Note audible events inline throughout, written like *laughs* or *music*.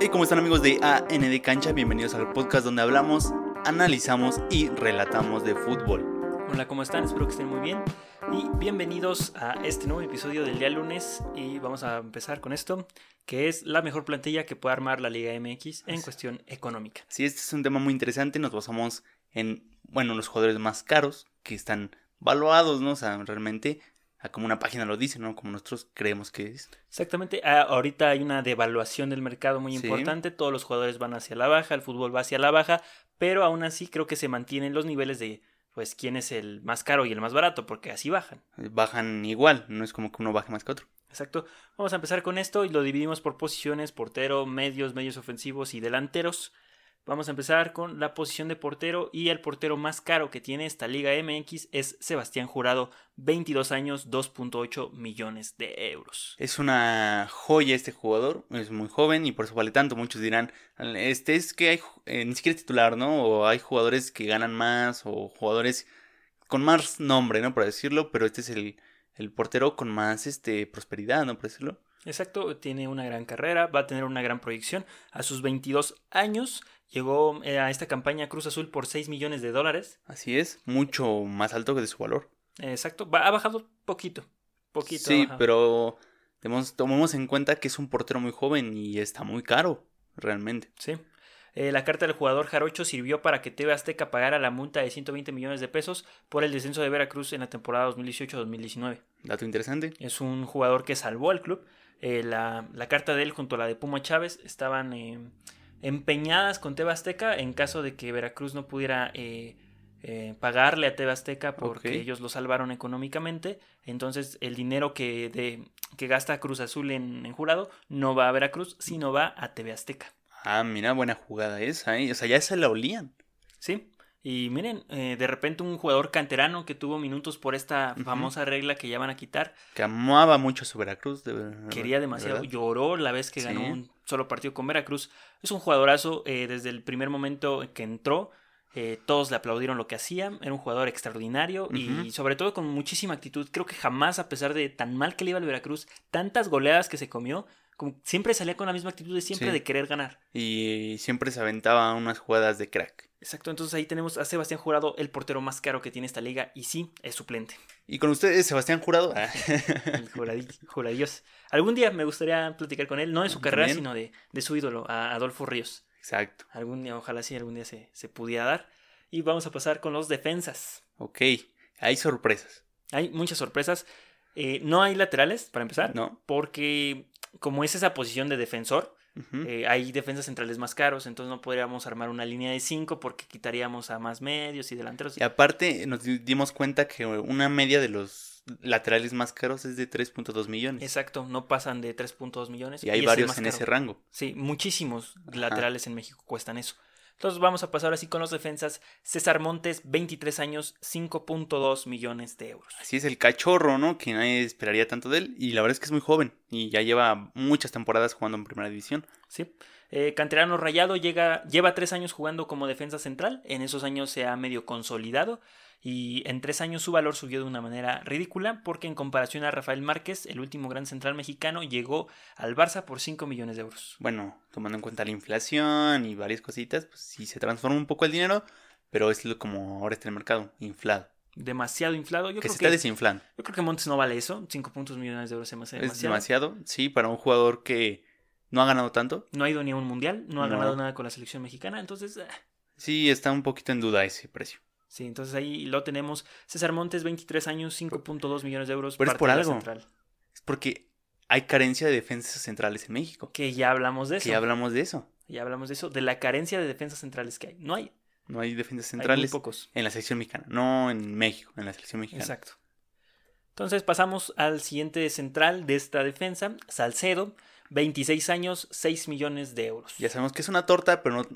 Y como están amigos de AN de Cancha, bienvenidos al podcast donde hablamos, analizamos y relatamos de fútbol. Hola, ¿cómo están? Espero que estén muy bien. Y bienvenidos a este nuevo episodio del día lunes. Y vamos a empezar con esto, que es la mejor plantilla que puede armar la Liga MX en cuestión económica. Si este es un tema muy interesante, nos basamos en, bueno, los jugadores más caros que están valuados, ¿no? O sea, realmente, a como una página lo dice, ¿no? Como nosotros creemos que es. Exactamente, ah, ahorita hay una devaluación del mercado muy Sí. importante, todos los jugadores van hacia la baja, el fútbol va hacia la baja, pero aún así creo que se mantienen los niveles de, pues, quién es el más caro y el más barato, porque así bajan. Bajan igual, no es como que uno baje más que otro. Exacto. Vamos a empezar con esto y lo dividimos por posiciones, portero, medios, medios ofensivos y delanteros. Vamos a empezar con la posición de portero y el portero más caro que tiene esta Liga MX es Sebastián Jurado, 22 años, 2.8 millones de euros. Es una joya este jugador, es muy joven y por eso vale tanto. Muchos dirán, este es que hay, ju- eh, ni siquiera es titular, ¿no? O hay jugadores que ganan más o jugadores con más nombre, ¿no? Por decirlo, pero este es el, el portero con más este, prosperidad, ¿no? Por decirlo. Exacto, tiene una gran carrera, va a tener una gran proyección. A sus 22 años llegó eh, a esta campaña Cruz Azul por 6 millones de dólares. Así es, mucho más alto que de su valor. Exacto, va- ha bajado poquito. Poquito. sí, ajá. pero tenemos- tomemos en cuenta que es un portero muy joven y está muy caro, realmente. Sí. Eh, la carta del jugador Jarocho sirvió para que TV Azteca pagara la multa de 120 millones de pesos por el descenso de Veracruz en la temporada 2018-2019. Dato interesante. Es un jugador que salvó al club. Eh, la, la carta de él junto a la de Puma Chávez estaban eh, empeñadas con TV Azteca en caso de que Veracruz no pudiera eh, eh, pagarle a TV Azteca porque Ok. ellos lo salvaron económicamente. Entonces el dinero que, de, que gasta Cruz Azul en, en jurado no va a Veracruz, sino va a TV Azteca. Ah, mira, buena jugada esa, ¿eh? O sea, ya se la olían. Sí. Y miren, eh, de repente un jugador canterano que tuvo minutos por esta Ujú. famosa regla que ya van a quitar, que amaba mucho su Veracruz. De, ver- quería de demasiado, verdad. lloró la vez que ganó Sí. un solo partido con Veracruz. Es un jugadorazo, eh, desde el primer momento que entró, eh, todos le aplaudieron lo que hacía, era un jugador extraordinario Ujú. y sobre todo con muchísima actitud. Creo que jamás, a pesar de tan mal que le iba al Veracruz, tantas goleadas que se comió, como siempre salía con la misma actitud de siempre Sí. de querer ganar. Y siempre se aventaba unas jugadas de crack. Exacto, entonces ahí tenemos a Sebastián Jurado, el portero más caro que tiene esta liga, y sí, es suplente. Y con ustedes, Sebastián Jurado. Ah, El juradi- juradillos. Algún día me gustaría platicar con él, no de su Ujú, carrera, Ah, también. sino de, de su ídolo, a Adolfo Ríos. *laughs* Exacto. Algún día, ojalá sí, algún día se, se pudiera dar. Y vamos a pasar con los defensas. Ok. Hay sorpresas. Hay muchas sorpresas. Eh, no hay laterales, para empezar, ¿No? porque como es esa posición de defensor, Ujú. eh, hay defensas centrales más caros, entonces no podríamos armar una línea de 5 porque quitaríamos a más medios y delanteros. Y aparte, nos di- dimos cuenta que una media de los laterales más caros es de 3.2 millones. Exacto, no pasan de 3.2 millones. Y hay es el varios más en caro. ese rango. Sí, muchísimos laterales en México cuestan eso. Entonces vamos a pasar así con los defensas. César Montes, 23 años, 5.2 millones de euros. Así es el cachorro, ¿no? Que nadie esperaría tanto de él. Y la verdad es que es muy joven. Y ya lleva muchas temporadas jugando en primera división. ¿sí? Eh, Canterano Rayado llega, lleva tres años jugando como defensa central. En esos años se ha medio consolidado. Y en tres años su valor subió de una manera ridícula porque en comparación a Rafael Márquez, el último gran central mexicano, llegó al Barça por 5 millones de euros. bueno, tomando en cuenta la inflación y varias cositas, pues sí se transforma un poco el dinero, pero es lo como ahora está el mercado, inflado. Demasiado inflado. Yo, que creo se está que, desinflando. yo creo que Montes no vale eso. 5.2 millones de euros se me hace Es demasiado, sí, para un jugador que no ha ganado tanto. No ha ido ni a un mundial, no ha No. ganado nada con la selección mexicana, entonces... ah, Sí, está un poquito en duda ese precio. Sí, entonces ahí lo tenemos. César Montes, 23 años, 5.2 millones de euros. Pero es por de la algo. central. Es porque hay carencia de defensas centrales en México. que ya hablamos de eso. Que ya hablamos de eso. Ya hablamos de eso, de la carencia de defensas centrales que hay. No hay. No hay defensas centrales Centrales. pocos. en la selección mexicana, no en México, en la selección mexicana. Exacto. Entonces pasamos al siguiente central de esta defensa, Salcedo, 26 años, 6 millones de euros. Ya sabemos que es una torta, pero no,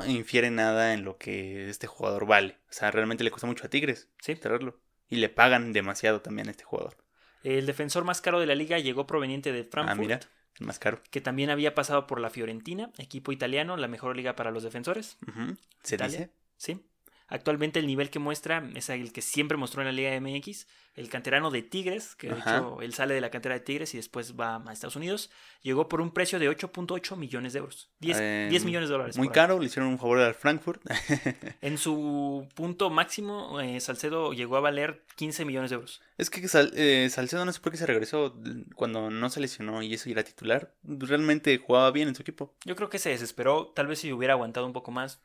no infiere nada en lo que este jugador vale. O sea, realmente le cuesta mucho a Tigres Sí. traerlo. Y le pagan demasiado también a este jugador. El defensor más caro de la liga llegó proveniente de Ah, Frankfurt, mira, el más caro. que también había pasado por la Fiorentina, equipo italiano, la mejor liga para los defensores. Ujú, Se Italia. dice. ¿sí? Actualmente el nivel que muestra es el que siempre mostró en la Liga MX, el canterano de Tigres, que de Ajá. hecho él sale de la cantera de Tigres y después va a Estados Unidos, llegó por un precio de 8.8 millones de euros, 10, Eh, 10 millones de dólares. Muy por ahí. caro, le hicieron un favor al Frankfurt. *laughs* En su punto máximo, eh, Salcedo llegó a valer 15 millones de euros. Es que Sal- eh, Salcedo no sé por qué se regresó cuando no se lesionó y eso y era titular. Realmente jugaba bien en su equipo. Yo creo que se desesperó, tal vez si hubiera aguantado un poco más.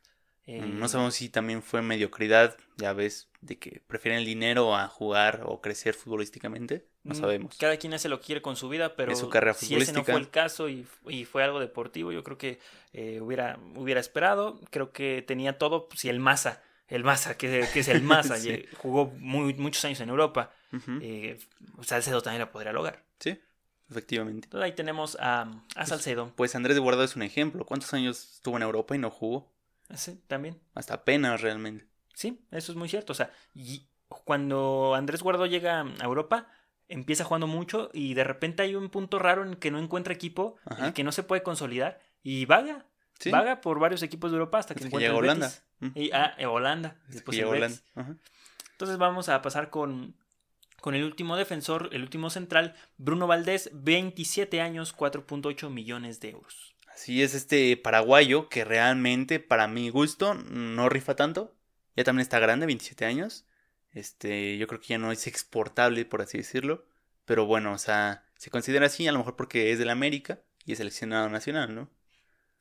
eh, Mm, No sabemos si también fue mediocridad, ya ves, de que prefieren el dinero a jugar o crecer futbolísticamente. No Mm, sabemos. Cada quien hace lo que quiere con su vida, pero Es su carrera si ese no futbolística. fue el caso y, y fue algo deportivo, yo creo que eh, hubiera, hubiera esperado. Creo que tenía todo. Si el Massa, el Massa, que, que es *laughs* el Massa, Sí. ye- jugó muy, muchos años en Europa. Ujú. eh, Salcedo también lo podría lograr. Sí, efectivamente. Entonces ahí tenemos a, a Salcedo. Pues Andrés de Guardado es un ejemplo. ¿Cuántos años estuvo en Europa y no jugó? ah, Sí, también. Hasta apenas realmente. Sí, eso es muy cierto. O sea, y cuando Andrés Guardó llega a Europa, empieza jugando mucho y de repente hay un punto raro en que no encuentra equipo, en Ajá. el que no se puede consolidar y vaga, Sí, vaga por varios equipos de Europa hasta que hasta que encuentra llega a el Holanda. Betis. Ujú. Y, ah, eh, Holanda. Hasta que Después llega el a Holanda. Betis. Ajá. Entonces vamos a pasar con, con el último defensor, el último central, Bruno Valdés, 27 años, 4.8 millones de euros. Así es este paraguayo que realmente, para mi gusto, no rifa tanto. Ya también está grande, 27 años. Este, yo creo que ya no es exportable, por así decirlo. Pero bueno, o sea, se considera así, a lo mejor porque es del América y es seleccionado nacional, ¿no?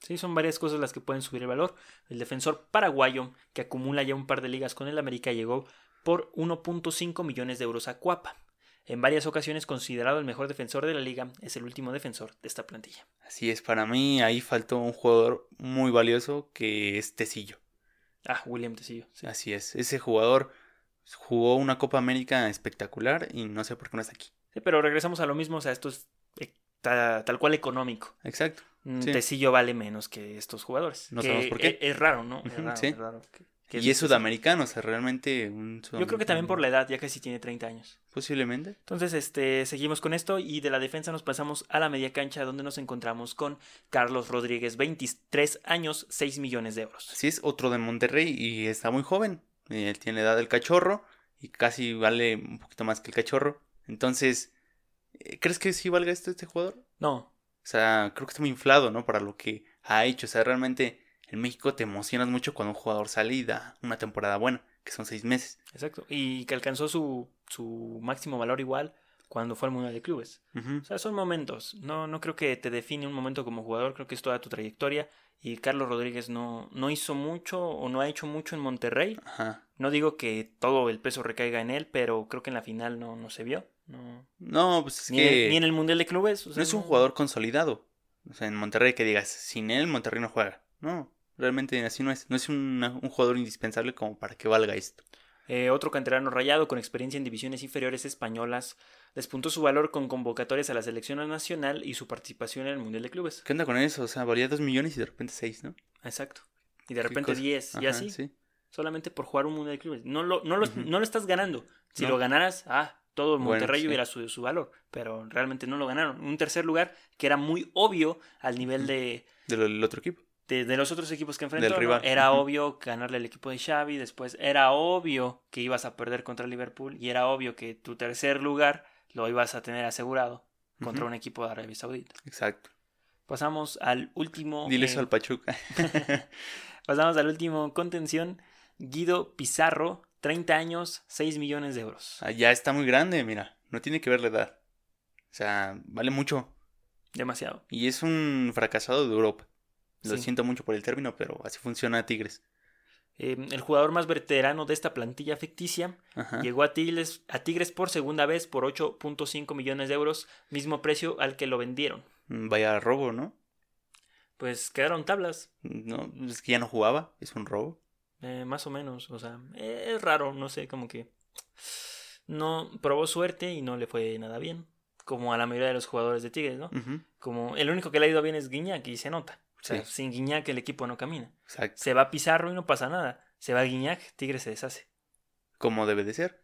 Sí, son varias cosas las que pueden subir el valor. El defensor paraguayo, que acumula ya un par de ligas con el América, llegó por 1.5 millones de euros a Cuapa. En varias ocasiones considerado el mejor defensor de la liga, es el último defensor de esta plantilla. Así es, para mí ahí faltó un jugador muy valioso que es Tecillo. Ah, William Tecillo. sí. Así es, ese jugador jugó una Copa América espectacular y no sé por qué no está aquí. Sí, pero regresamos a lo mismo, o sea, esto es eh, ta- tal cual económico. Exacto. Mm, Sí. Tecillo vale menos que estos jugadores. No que sabemos por qué. e- Es, raro, ¿no? Es Ujú, raro, sí. es raro que- que Y es Tecillo. sudamericano, o sea, realmente un Yo creo que también por sudamericano. la edad, ya casi tiene 30 años. Posiblemente. Entonces, este, seguimos con esto y de la defensa nos pasamos a la media cancha donde nos encontramos con Carlos Rodríguez, 23 años, 6 millones de euros. Así es, otro de Monterrey y está muy joven. Él tiene la edad del cachorro y casi vale un poquito más que el cachorro. Entonces, eh, ¿crees que sí valga esto este jugador? No, O sea, creo que está muy inflado, ¿no? Para lo que ha hecho. O sea, realmente en México te emocionas mucho cuando un jugador sale y da una temporada buena, que son seis meses. exacto. Y que alcanzó su, su máximo valor igual cuando fue al Mundial de Clubes. Ujú. O sea, son momentos. No, no creo que te define un momento como jugador, creo que es toda tu trayectoria. Y Carlos Rodríguez no, no hizo mucho o no ha hecho mucho en Monterrey. Ajá. No digo que todo el peso recaiga en él, pero creo que en la final no, no se vio. No. No, pues es ni, en, que el- ni en el Mundial de Clubes. o sea, no es un jugador consolidado. O sea, en Monterrey que digas, sin él Monterrey no juega. No, realmente así no es. No es un, un jugador indispensable como para que valga esto. Eh, otro canterano rayado con experiencia en divisiones inferiores españolas despuntó su valor con convocatorias a la selección nacional y su participación en el Mundial de Clubes. ¿Qué onda con eso? O sea, valía 2 millones y de repente 6, ¿no? Exacto. Y de Qué repente cosa. 10 y Ajá, así, Sí. solamente por jugar un Mundial de Clubes. No lo, no lo, Ujú. no lo estás ganando. Si No. lo ganaras, ah, todo Bueno, Monterrey sí. hubiera subido su valor, pero realmente no lo ganaron. Un tercer lugar que era muy obvio al nivel Ujú. de, Del, del otro equipo. de, de los otros equipos que enfrentó. ¿no? rival. Era Ujú. obvio ganarle al equipo de Xavi, después era obvio que ibas a perder contra el Liverpool y era obvio que tu tercer lugar lo ibas a tener asegurado contra Ujú. un equipo de Arabia Saudita. Exacto. Pasamos al último Dile eh, eso al Pachuca. *laughs* *laughs* pasamos al último contención Guido Pizarro, 30 años, 6 millones de euros. Ah, ya está muy grande, mira. No tiene que ver la edad. O sea, vale mucho. Demasiado. Y es un fracasado de Europa. Lo Sí. siento mucho por el término, pero así funciona Tigres. Eh, el jugador más veterano de esta plantilla ficticia Ajá. Llegó a Tigres, a Tigres por segunda vez por 8.5 millones de euros, mismo precio al que lo vendieron. Mm, Vaya robo, ¿no? Pues quedaron tablas, No, es que ya no jugaba, es un robo. eh, más o menos. O sea, eh, es raro, no sé, como que no probó suerte y no le fue nada bien. Como a la mayoría de los jugadores de Tigres, ¿no? Ujú, Como el único que le ha ido bien es Guiñac y se nota. O sea, Sí. sin Guiñac el equipo no camina. Exacto. Se va Pizarro y no pasa nada. Se va Guiñac, Tigres se deshace. Como debe de ser.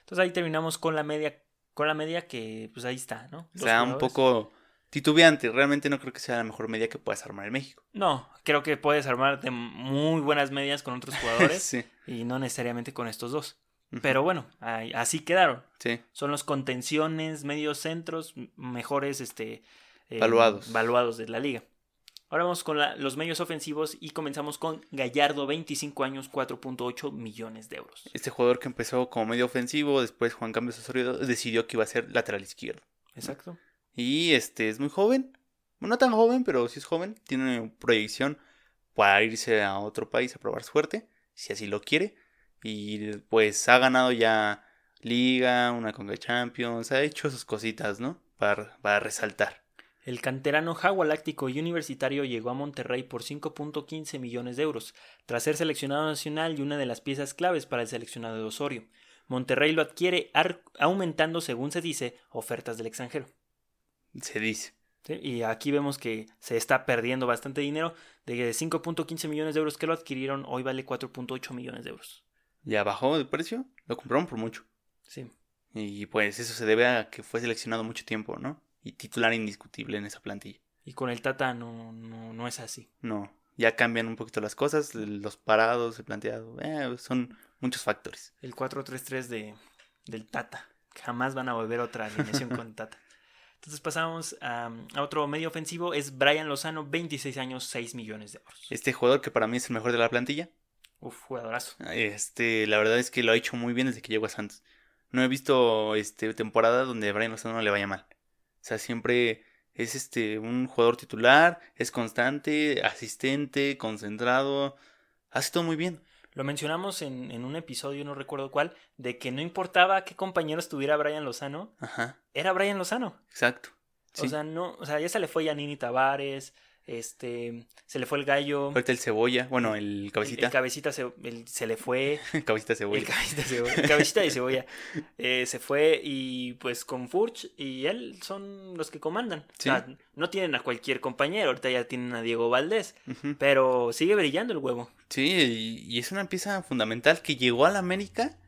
Entonces ahí terminamos con la media, con la media que pues ahí está, ¿no? O Dos sea, un jugadores. poco titubeante. Realmente no creo que sea la mejor media que puedas armar en México. No, creo que puedes armarte muy buenas medias con otros *laughs* jugadores Sí, y no necesariamente con estos dos. Ujú. Pero bueno, ahí- así quedaron. sí. Son los contenciones, medios centros, m- mejores este, eh, Valuados. valuados de la liga. Ahora vamos con la- los medios ofensivos y comenzamos con Gallardo, 25 años, 4.8 millones de euros. Este jugador que empezó como medio ofensivo, después Juan Cambios Osorio decidió que iba a ser lateral izquierdo. Exacto. Y este es muy joven. Bueno, No tan joven, pero sí es joven. Tiene proyección para irse a otro país a probar suerte, si así lo quiere. Y pues ha ganado ya Liga, una Conga Champions, ha hecho sus cositas, ¿no? Para, para resaltar. El canterano jagualáctico y universitario llegó a Monterrey por 5.15 millones de euros, tras ser seleccionado nacional y una de las piezas claves para el seleccionado de Osorio. Monterrey lo adquiere ar- aumentando, según se dice, ofertas del extranjero. Se dice. ¿sí? Y aquí vemos que se está perdiendo bastante dinero. De que de 5.15 millones de euros que lo adquirieron, hoy vale 4.8 millones de euros. Ya bajó de precio, lo compraron por mucho. Sí. Y pues eso se debe a que fue seleccionado mucho tiempo, ¿no? Y titular indiscutible en esa plantilla. Y con el Tata no, no, no es así. No, ya cambian un poquito las cosas, los parados, el planteado, eh, son muchos factores. El 4-3-3 de, del Tata. Jamás van a volver a otra alineación con Tata. Entonces pasamos a, a otro medio ofensivo. Es Brian Lozano, 26 años, 6 millones de euros. Este jugador que para mí es el mejor de la plantilla, Uf, jugadorazo. este, la verdad es que lo ha hecho muy bien desde que llegó a Santos. No he visto este, temporada donde a Brian Lozano no le vaya mal. O sea, siempre es este, un jugador titular, es constante, asistente, concentrado, hace todo muy bien. Lo mencionamos en, en un episodio, no recuerdo cuál, de que no importaba qué compañero estuviera Brian Lozano, Ajá, era Brian Lozano. exacto. O Sí. sea, no, o sea, ya se le fue Yanini Tavares, este, se le fue el gallo, el, Ahorita el cebolla, bueno, el el cabecita, cabecita se, el- se le fue, *laughs* cabecita El *laughs* cebolla. cabecita, de cebolla, el cabecita de cebolla. Eh, se fue y pues con Furch y él son los que comandan. O sea, no tienen a cualquier compañero, ahorita ya tienen a Diego Valdés, Ujú. pero sigue brillando el huevo. Sí, y, y es una pieza fundamental que llegó a la América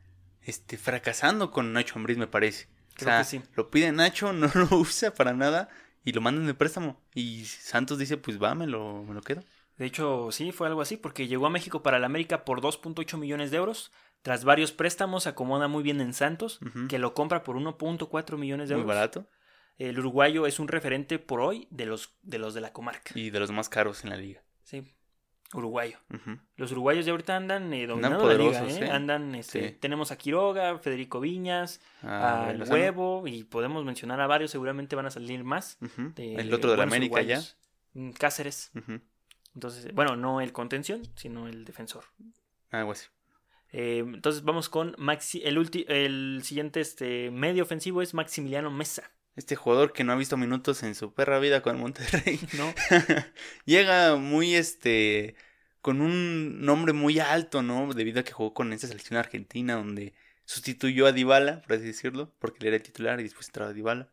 este, fracasando con Nacho Ambriz, me parece. Creo que sí. Lo pide Nacho, *laughs* no lo usa para nada y lo mandan de préstamo. Y Santos dice, pues va, me lo, me lo quedo. De hecho, sí, fue algo así, porque llegó a México para la América por 2.8 millones de euros. Tras varios préstamos, se acomoda muy bien en Santos, Ujú. que lo compra por 1.4 millones de Muy euros. barato El uruguayo es un referente por hoy de los de, los de la comarca. y de los más caros en la liga. Sí, uruguayo. Ujú. Los uruguayos de ahorita andan eh, dominando la poderosos, liga, ¿eh? ¿eh? Andan, este, Sí. tenemos a Quiroga, Federico Viñas, Ah, al Lozano. Huevo, y podemos mencionar a varios, seguramente van a salir más. Ujú. de El otro de la buenos América uruguayos. Mm, Cáceres. ya. Ujú. Entonces, bueno, no el contención, sino el defensor. Algo así. Eh, entonces vamos con Maxi, el, ulti- el siguiente este, medio ofensivo es Maximiliano Mesa. *laughs* Este jugador que no ha visto minutos en su perra vida con Monterrey. ¿no? *laughs* Llega muy este con un nombre muy alto, ¿no? Debido a que jugó con esta selección argentina donde sustituyó a Dybala, por así decirlo, porque él era el titular y después entraba Dybala.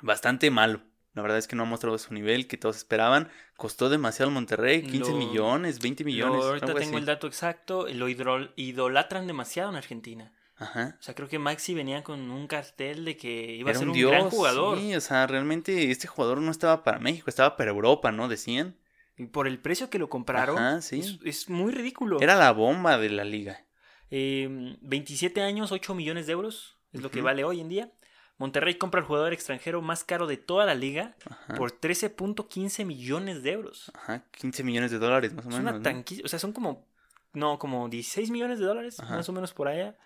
Bastante malo. La verdad es que no ha mostrado su nivel que todos esperaban. Costó demasiado al Monterrey, 15 Lo- millones, 20 millones. Yo ahorita algo tengo así. el dato exacto, lo idrol- idolatran demasiado en Argentina. Ajá. O sea, creo que Maxi venía con un cartel de que iba Era a ser un, gran jugador. Sí, o sea, realmente este jugador no estaba para México, estaba para Europa, ¿no? Decían. Y por el precio que lo compraron, Ajá, sí. es, es muy ridículo. Era la bomba de la liga. Eh, 27 años, 8 millones de euros, es lo que Ujú. vale hoy en día. Monterrey compra al jugador extranjero más caro de toda la liga Ajá. por 13.15 millones de euros. Ajá, 15 millones de dólares más o Es menos. una ¿no? tanquilla, o sea, son como, no, como 16 millones de dólares, Ajá. más o menos por allá.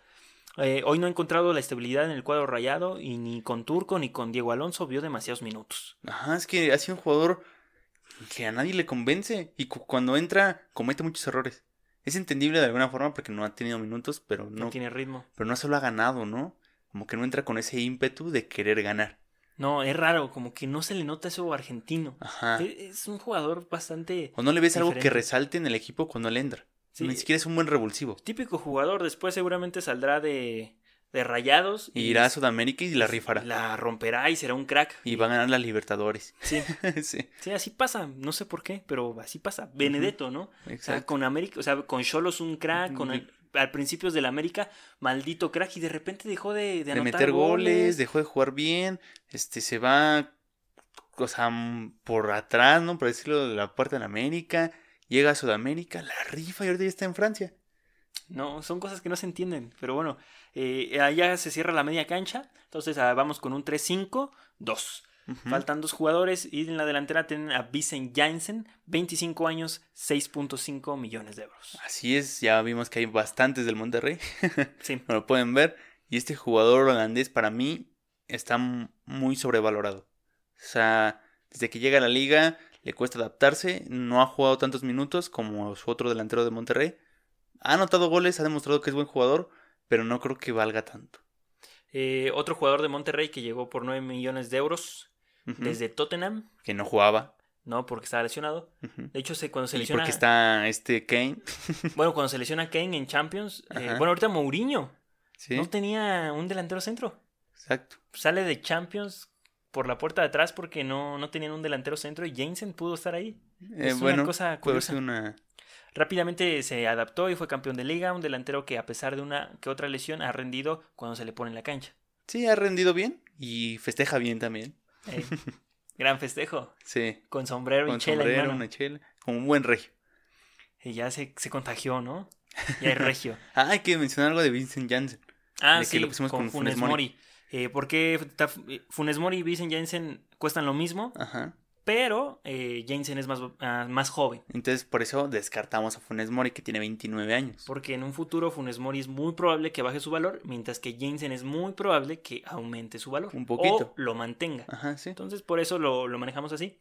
Eh, hoy no ha encontrado la estabilidad en el cuadro rayado y ni con Turco ni con Diego Alonso vio demasiados minutos. Ajá, es que ha sido un jugador que a nadie le convence y cu- cuando entra comete muchos errores. Es entendible de alguna forma porque no ha tenido minutos, pero No, no, tiene ritmo. pero no se lo ha ganado, ¿no? Como que no entra con ese ímpetu de querer ganar. No, es raro, como que no se le nota eso argentino. Ajá. E- Es un jugador bastante O no le ves algo que Diferente. resalte en el equipo cuando le entra. sí, Ni siquiera es un buen revulsivo. típico jugador. Después seguramente saldrá de, de rayados. Y irá a Sudamérica y la rifará. La romperá y será un crack. Y va a ganar las Libertadores. *laughs* Sí, sí, sí, así pasa. No sé por qué, pero así pasa. Benedetto, ¿no? O sea, exacto. con América, o sea, con Cholos un crack, con el- al principio del América, maldito crack, y de repente dejó de, de de anotar meter goles, goles. dejó de jugar bien, este se va o sea, mm, por atrás, ¿no? Por decirlo de la puerta en América, llega a Sudamérica, la rifa y ahorita ya está en Francia. No, son cosas que no se entienden. Pero bueno, eh, allá se cierra la media cancha. Entonces ah, vamos con un 3-5-2. Ujú. Faltan dos jugadores y en la delantera tienen a Vincent Janssen, 25 años, 6.5 millones de euros. Así es, ya vimos que hay bastantes del Monterrey, Sí, como lo pueden ver. Y este jugador holandés para mí está m- muy sobrevalorado. O sea, desde que llega a la liga le cuesta adaptarse, no ha jugado tantos minutos como su otro delantero de Monterrey. Ha anotado goles, ha demostrado que es buen jugador, pero no creo que valga tanto. Eh, otro jugador de Monterrey que llegó por 9 millones de euros Ujú. desde Tottenham, Que no jugaba. no porque estaba lesionado. Ujú. De hecho, se, cuando se Y lesiona, porque está este Kane. bueno, cuando se lesiona Kane en Champions, eh, Ajá. bueno, ahorita Mourinho Sí, no tenía un delantero centro. exacto. Sale de Champions por la puerta de atrás porque no, no tenían un delantero centro y Jensen pudo estar ahí. Eh, es una bueno, cosa puede haber curiosa. sido una... Rápidamente se adaptó y fue campeón de liga, un delantero que a pesar de una que otra lesión ha rendido cuando se le pone en la cancha. Sí, ha rendido bien y festeja bien también. *laughs* Eh, gran festejo, Sí. con sombrero y Con chela en sombrero, mano. una chela, con un buen regio. Y ya se, se contagió, ¿no? Ya es regio. Ah, hay que mencionar algo de Vincent Janssen. Ah, De que sí, lo pusimos con, con Funes, Funes Mori. Eh, ¿Por qué ta- eh, Funes Mori y Vincent Jensen cuestan lo mismo? Ajá. Pero eh, Jensen es más, ah, más joven. Entonces, por eso descartamos a Funes Mori, que tiene 29 años. Porque en un futuro Funes Mori es muy probable que baje su valor, mientras que Jensen es muy probable que aumente su valor. Un poquito. O lo mantenga. Ajá, sí. Entonces, por eso lo, lo manejamos así.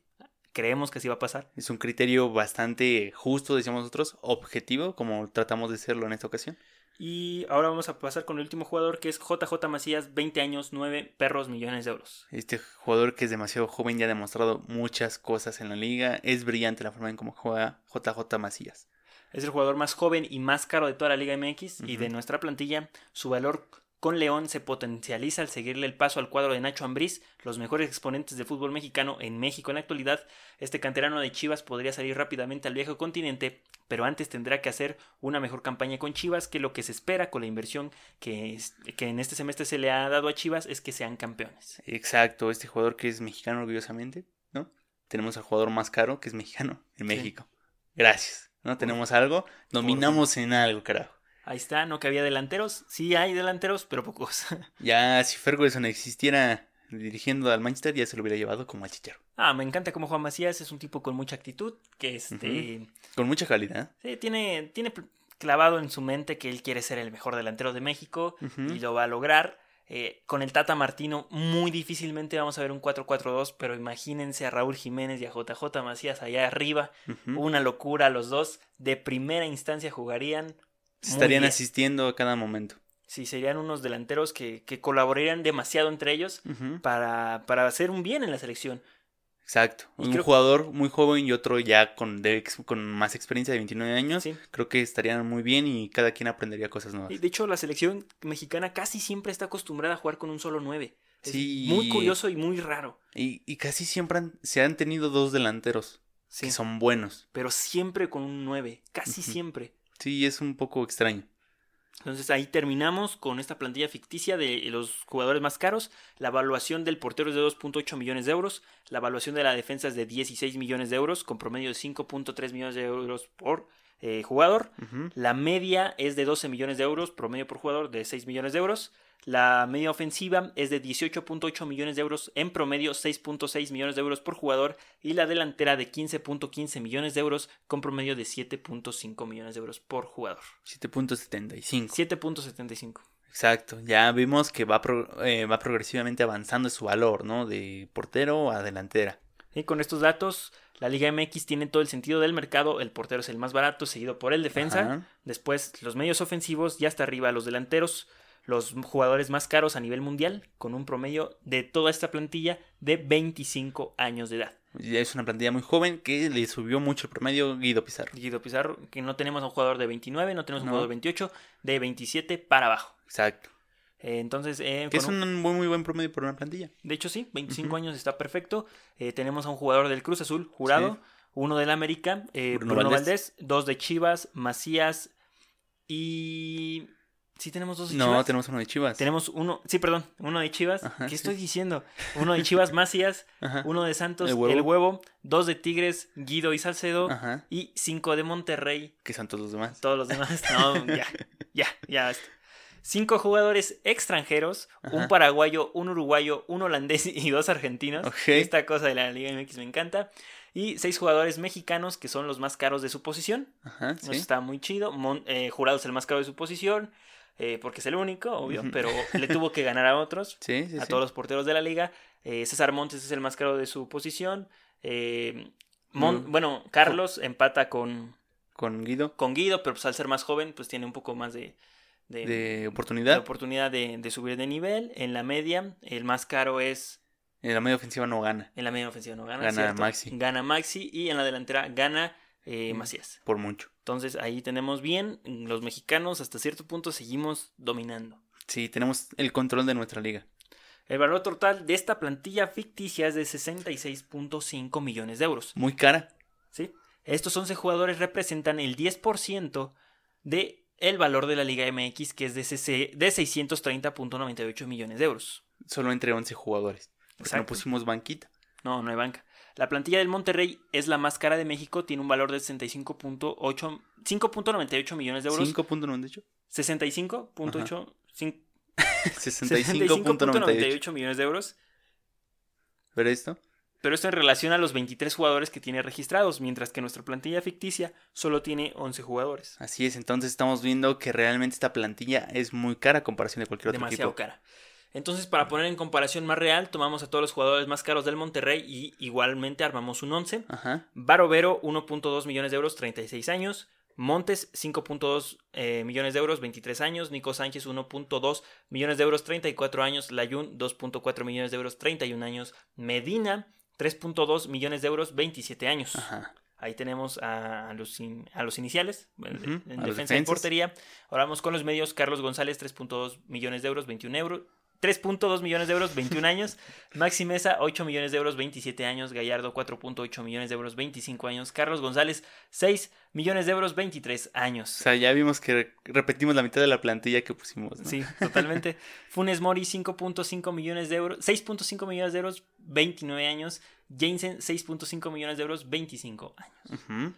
Creemos que así va a pasar. Es un criterio bastante justo, decíamos nosotros, objetivo, como tratamos de serlo en esta ocasión. Y ahora vamos a pasar con el último jugador, que es JJ Macías, 20 años, 9 perros millones de euros. Este jugador que es demasiado joven ya ha demostrado muchas cosas en la liga. Es brillante la forma en cómo juega JJ Macías. Es el jugador más joven y más caro de toda la Liga MX y de Ujú. nuestra plantilla. Su valor con León se potencializa al seguirle el paso al cuadro de Nacho Ambriz, los mejores exponentes del fútbol mexicano en México en la actualidad. Este canterano de Chivas podría salir rápidamente al viejo continente, pero antes tendrá que hacer una mejor campaña con Chivas que lo que se espera con la inversión que, es- que en este semestre se le ha dado a Chivas es que sean campeones. Exacto, este jugador que es mexicano orgullosamente, ¿no? Tenemos al jugador más caro que es mexicano en Sí. México. Gracias. ¿No? Tenemos algo, dominamos en algo, carajo. Ahí está, no que había delanteros. Sí hay delanteros, pero pocos. *laughs* Ya, si Ferguson existiera dirigiendo al Manchester, ya se lo hubiera llevado como a Chicharo. Ah, me encanta cómo Juan Macías es un tipo con mucha actitud, que este... Con mucha calidad. Sí, tiene, tiene pl- clavado en su mente que él quiere ser el mejor delantero de México Ujú. y lo va a lograr. Eh, con el Tata Martino muy difícilmente vamos a ver un 4-4-2, pero imagínense a Raúl Jiménez y a JJ Macías allá arriba. Ujú. Una locura los dos. De primera instancia jugarían. Se Estarían bien. asistiendo a cada momento. Sí, serían unos delanteros que, que colaborarían demasiado entre ellos Ujú. para, para hacer un bien en la selección. Exacto. Y un creo- jugador muy joven y otro ya con, de ex- con más experiencia de 29 años. Sí. Creo que estarían muy bien y cada quien aprendería cosas nuevas. Y, De hecho, la selección mexicana casi siempre está acostumbrada a jugar con un solo 9. Sí. Muy curioso y muy raro. Y, y casi siempre han- se han tenido dos delanteros Sí. que son buenos. pero siempre con un 9, casi Ujú. siempre. Sí, es un poco extraño. Entonces ahí terminamos con esta plantilla ficticia de los jugadores más caros. La evaluación del portero es de 2.8 millones de euros. La evaluación de la defensa es de 16 millones de euros, con promedio de 5.3 millones de euros por eh, jugador. Ujú. La media es de 12 millones de euros, promedio por jugador de 6 millones de euros. La media ofensiva es de 18.8 millones de euros, en promedio 6.6 millones de euros por jugador. Y la delantera de 15.15 millones de euros, con promedio de 7.5 millones de euros por jugador. 7.75. 7.75. Exacto, ya vimos que va, pro- eh, va progresivamente avanzando su valor, ¿no? De portero a delantera. Y con estos datos, la Liga MX tiene todo el sentido del mercado. El portero es el más barato, seguido por el defensa. Ajá. Después los medios ofensivos y hasta arriba los delanteros, los jugadores más caros a nivel mundial, con un promedio de toda esta plantilla de 25 años de edad. Ya es una plantilla muy joven que le subió mucho el promedio Guido Pizarro. Guido Pizarro, que no tenemos a un jugador de 29, no tenemos a un No. jugador de 28, de 27 para abajo. Exacto. Eh, entonces, eh, Que con es un- un muy, muy buen promedio por una plantilla. de hecho sí, 25 Ujú. años está perfecto. Eh, tenemos a un jugador del Cruz Azul, jurado, Sí. uno del América, eh, Bruno Bruno Valdés. Valdés. dos de Chivas, Macías y... Sí tenemos dos de No, Chivas. tenemos uno de Chivas. Tenemos uno, sí, perdón, uno de Chivas. Ajá, ¿Qué sí, estoy sí. diciendo? Uno de *laughs* Chivas Macías, Ajá. uno de Santos, El el Huevo. huevo, dos de Tigres, Guido y Salcedo, Ajá. y cinco de Monterrey, Que son todos los demás. todos los demás. No, ya, ya, ya basta. Cinco jugadores extranjeros, Ajá. un paraguayo, un uruguayo, un holandés y dos argentinos. Ok. Esta cosa de la Liga MX me encanta. Y seis jugadores mexicanos que son los más caros de su posición. Ajá, Eso sí. está muy chido. Mon- eh, jurado es el más caro de su posición, eh, porque es el único, obvio, Ujú. pero le tuvo que ganar a otros, Sí, *laughs* sí, a sí. todos los porteros de la liga. Eh, César Montes es el más caro de su posición. Eh, Mon- Mm. Bueno, Carlos empata con, Con Guido. con Guido, pero pues al ser más joven, pues tiene un poco más de, de- De Eh, de oportunidad. oportunidad de, de subir de nivel. En la media, el más caro es. En la media ofensiva no gana. En la media ofensiva no gana. Gana ¿cierto? Maxi. Gana Maxi y en la delantera gana eh, Mm. Macías. Por mucho. Entonces ahí tenemos bien, los mexicanos hasta cierto punto seguimos dominando. Sí, tenemos el control de nuestra liga. El valor total de esta plantilla ficticia es de 66.5 millones de euros. Muy cara. ¿sí? Estos 11 jugadores representan el 10% de el valor de la Liga MX que es de, CC de 630.98 millones de euros. Solo entre 11 jugadores. Porque no Exacto. pusimos banquita. No, no hay banca. La plantilla del Monterrey es la más cara de México, tiene un valor de 65.8 5.98 millones de euros. 5.98. 65.8 cin- 65.98. millones de euros, ¿Pero esto? pero esto en relación a los 23 jugadores que tiene registrados, mientras que nuestra plantilla ficticia solo tiene 11 jugadores. Así es, entonces estamos viendo que realmente esta plantilla es muy cara a comparación de cualquier otro Demasiado equipo. cara. Entonces, para poner en comparación más real, tomamos a todos los jugadores más caros del Monterrey y igualmente armamos un 11. Ajá. Barovero, 1.2 millones de euros, 36 años. Montes, 5.2 eh, millones de euros, 23 años. Nico Sánchez, 1.2 millones de euros, 34 años. Layun, 2.4 millones de euros, 31 años. Medina, 3.2 millones de euros, 27 años. Ajá. Ahí tenemos a los, in- a los iniciales, bueno, Ujú, en a los defensa y defensas. portería. Ahora vamos con los medios. Carlos González, 3.2 millones de euros, 21 euros. 3.2 millones de euros, *laughs* 21 años. Maxi Mesa, 8 millones de euros, 27 años. Gallardo, 4.8 millones de euros, 25 años. Carlos González, 6 millones de euros, 23 años. O sea, ya vimos que re- repetimos la mitad de la plantilla que pusimos. ¿no? Sí, totalmente. *laughs* Funes Mori, 5.5 millones de euros, 6.5 millones de euros, 29 años. Jensen, 6.5 millones de euros, 25 años. Ujú.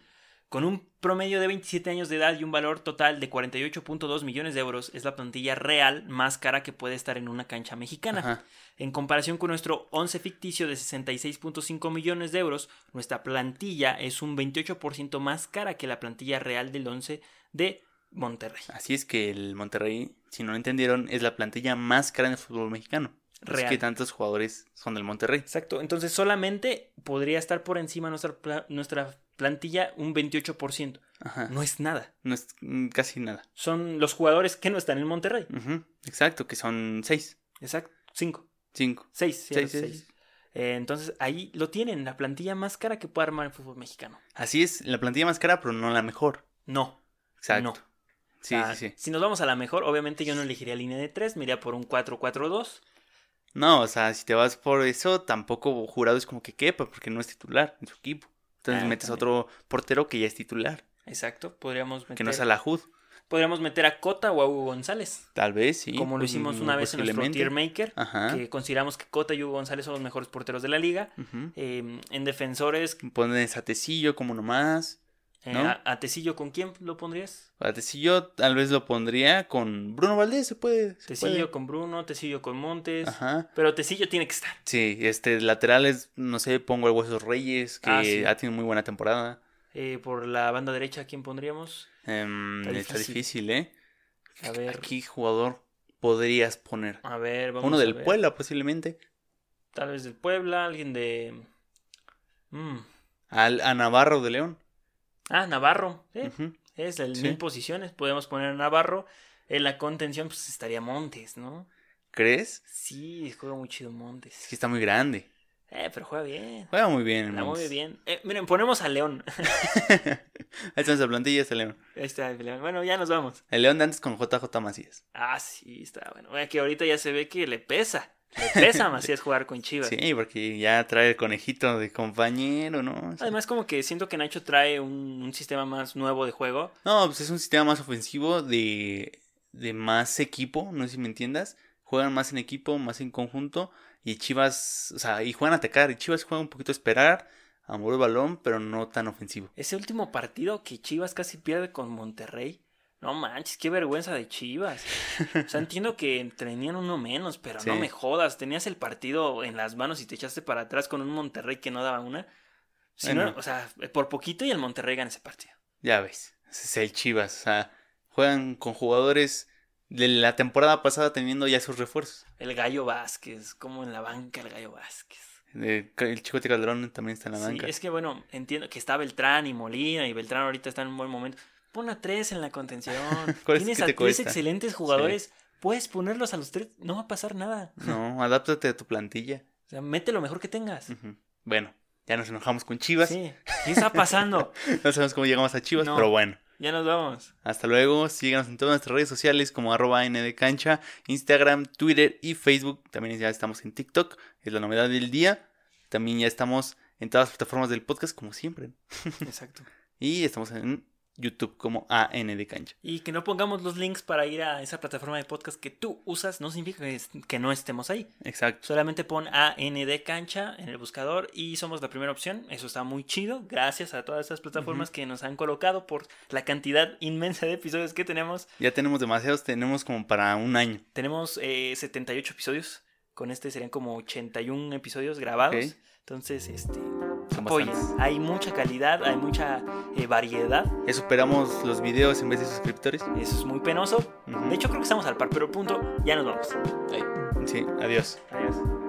Con un promedio de 27 años de edad y un valor total de 48.2 millones de euros, es la plantilla real más cara que puede estar en una cancha mexicana. Ajá. En comparación con nuestro 11 ficticio de 66.5 millones de euros, nuestra plantilla es un 28% más cara que la plantilla real del 11 de Monterrey. Así es que el Monterrey, si no lo entendieron, es la plantilla más cara en el fútbol mexicano. Es Real. que tantos jugadores son del Monterrey. Exacto, entonces solamente podría estar por encima nuestra, pla- nuestra plantilla un 28%. Ajá. No, No es nada. es mm, casi nada. Son los jugadores que no están en Monterrey. Ujú. Exacto, que son seis, Exacto, 5. cinco. 6, Seis, seis. Eh, entonces ahí lo tienen, la plantilla más cara que puede armar el fútbol mexicano. Así es, la plantilla más cara, pero no la mejor. No. Exacto. No. Sí, O sea, sí, sí. Si nos vamos a la mejor, obviamente yo no elegiría línea de 3, me iría por un 4-4-2. No, o sea, si te vas por eso, tampoco jurado es como que quepa, porque no es titular en su equipo. Entonces Ah, metes a también. otro portero que ya es titular, Exacto, podríamos meter, que no es Alajud. podríamos meter a Cota o a Hugo González, Tal vez, sí. como lo pues, hicimos muy una vez en nuestro posiblemente. tier maker, Ajá. que consideramos que Cota y Hugo González son los mejores porteros de la liga. ujú. Eh, en defensores, Pones a Tecillo como nomás. eh, ¿No? a, a Tecillo, ¿con quién lo pondrías? A Tecillo tal vez lo pondría con Bruno Valdés, se puede. se Tecillo puede. con Bruno, Tecillo con Montes. Ajá. Pero Tecillo tiene que estar. Sí, este, laterales, no sé, pongo a Huesos Reyes, que Ah, sí. ha tenido muy buena temporada. Eh, por la banda derecha, ¿a quién pondríamos? Em, Está está difícil. difícil, ¿eh? A ver. Aquí jugador podrías poner. A ver, vamos Uno a del ver. Puebla, posiblemente. Tal vez del Puebla, alguien de. Mm. Al, a Navarro de León. Ah, Navarro. ¿eh? Ujú. Es el Mm. Sí. mil posiciones. Podemos poner a Navarro. En la contención, pues estaría Montes, ¿no? ¿Crees? Sí, juega muy chido Es Montes. que está muy grande. Eh, pero juega bien. Juega muy bien. el La mueve Montes. bien. Eh, miren, ponemos a León. *laughs* *laughs* Ahí están las plantillas de León. Ahí está el León. Bueno, ya nos vamos. El León de antes con JJ Macías. Ah, sí, está bueno. Bueno, que ahorita ya se ve que le pesa. Le *laughs* pesa a Macías jugar con Chivas. Sí, porque ya trae el conejito de compañero, ¿no? O sea, Además, como que siento que Nacho trae un, un sistema más nuevo de juego. no, pues es un sistema más ofensivo de, de más equipo, no sé si me entiendas. Juegan más en equipo, más en conjunto. Y Chivas, o sea, y juegan a atacar. Y Chivas juega un poquito a esperar, a mover el balón, pero no tan ofensivo. Ese último partido que Chivas casi pierde con Monterrey. No manches, qué vergüenza de Chivas. O sea, entiendo que tenían uno menos, pero no Sí. me jodas. Tenías el partido en las manos y te echaste para atrás con un Monterrey que no daba una. Si no, Bueno. o sea, por poquito y el Monterrey gana ese partido. Ya ves, ese es el Chivas. O sea, juegan con jugadores de la temporada pasada teniendo ya sus refuerzos. El Gallo Vázquez, como en la banca el Gallo Vázquez. Eh, El Chicote Calderón también está en la Sí, banca. es que bueno, entiendo que está Beltrán y Molina y Beltrán ahorita está en un buen momento. Pon a tres en la contención. *laughs* ¿Cuál es Tienes que a te tres cuesta? excelentes jugadores. Puedes ponerlos a los tres, no va a pasar nada. No, adáptate a tu plantilla. O sea, mete lo mejor que tengas. Ujú. Bueno, ya nos enojamos con Chivas. Sí. ¿Qué está pasando? No sabemos cómo llegamos a Chivas, No. pero bueno. *laughs* ya nos vamos. Hasta luego. Síganos en todas nuestras redes sociales como arroba ndcancha, Instagram, Twitter y Facebook. También ya estamos en TikTok, es la novedad del día. También ya estamos en todas las plataformas del podcast, como siempre. Exacto. Y estamos en YouTube como ANDCancha. Y que no pongamos los links para ir a esa plataforma de podcast que tú usas, no significa que, es- que no estemos ahí. Exacto. Solamente pon AND Cancha en el buscador y somos la primera opción. Eso está muy chido. Gracias a todas esas plataformas que nos han colocado por la cantidad inmensa de episodios que tenemos. Ya tenemos demasiados, tenemos como para un año. Tenemos eh, 78 episodios. Con este serían como 81 episodios grabados. Ok. Entonces, este, Son apoyen. bastantes. Hay mucha calidad, hay mucha eh, variedad. Ya superamos los videos en vez de suscriptores. Eso es muy penoso. Ujú. De hecho, creo que estamos al par, pero punto, ya nos vamos. Sí, adiós. Adiós.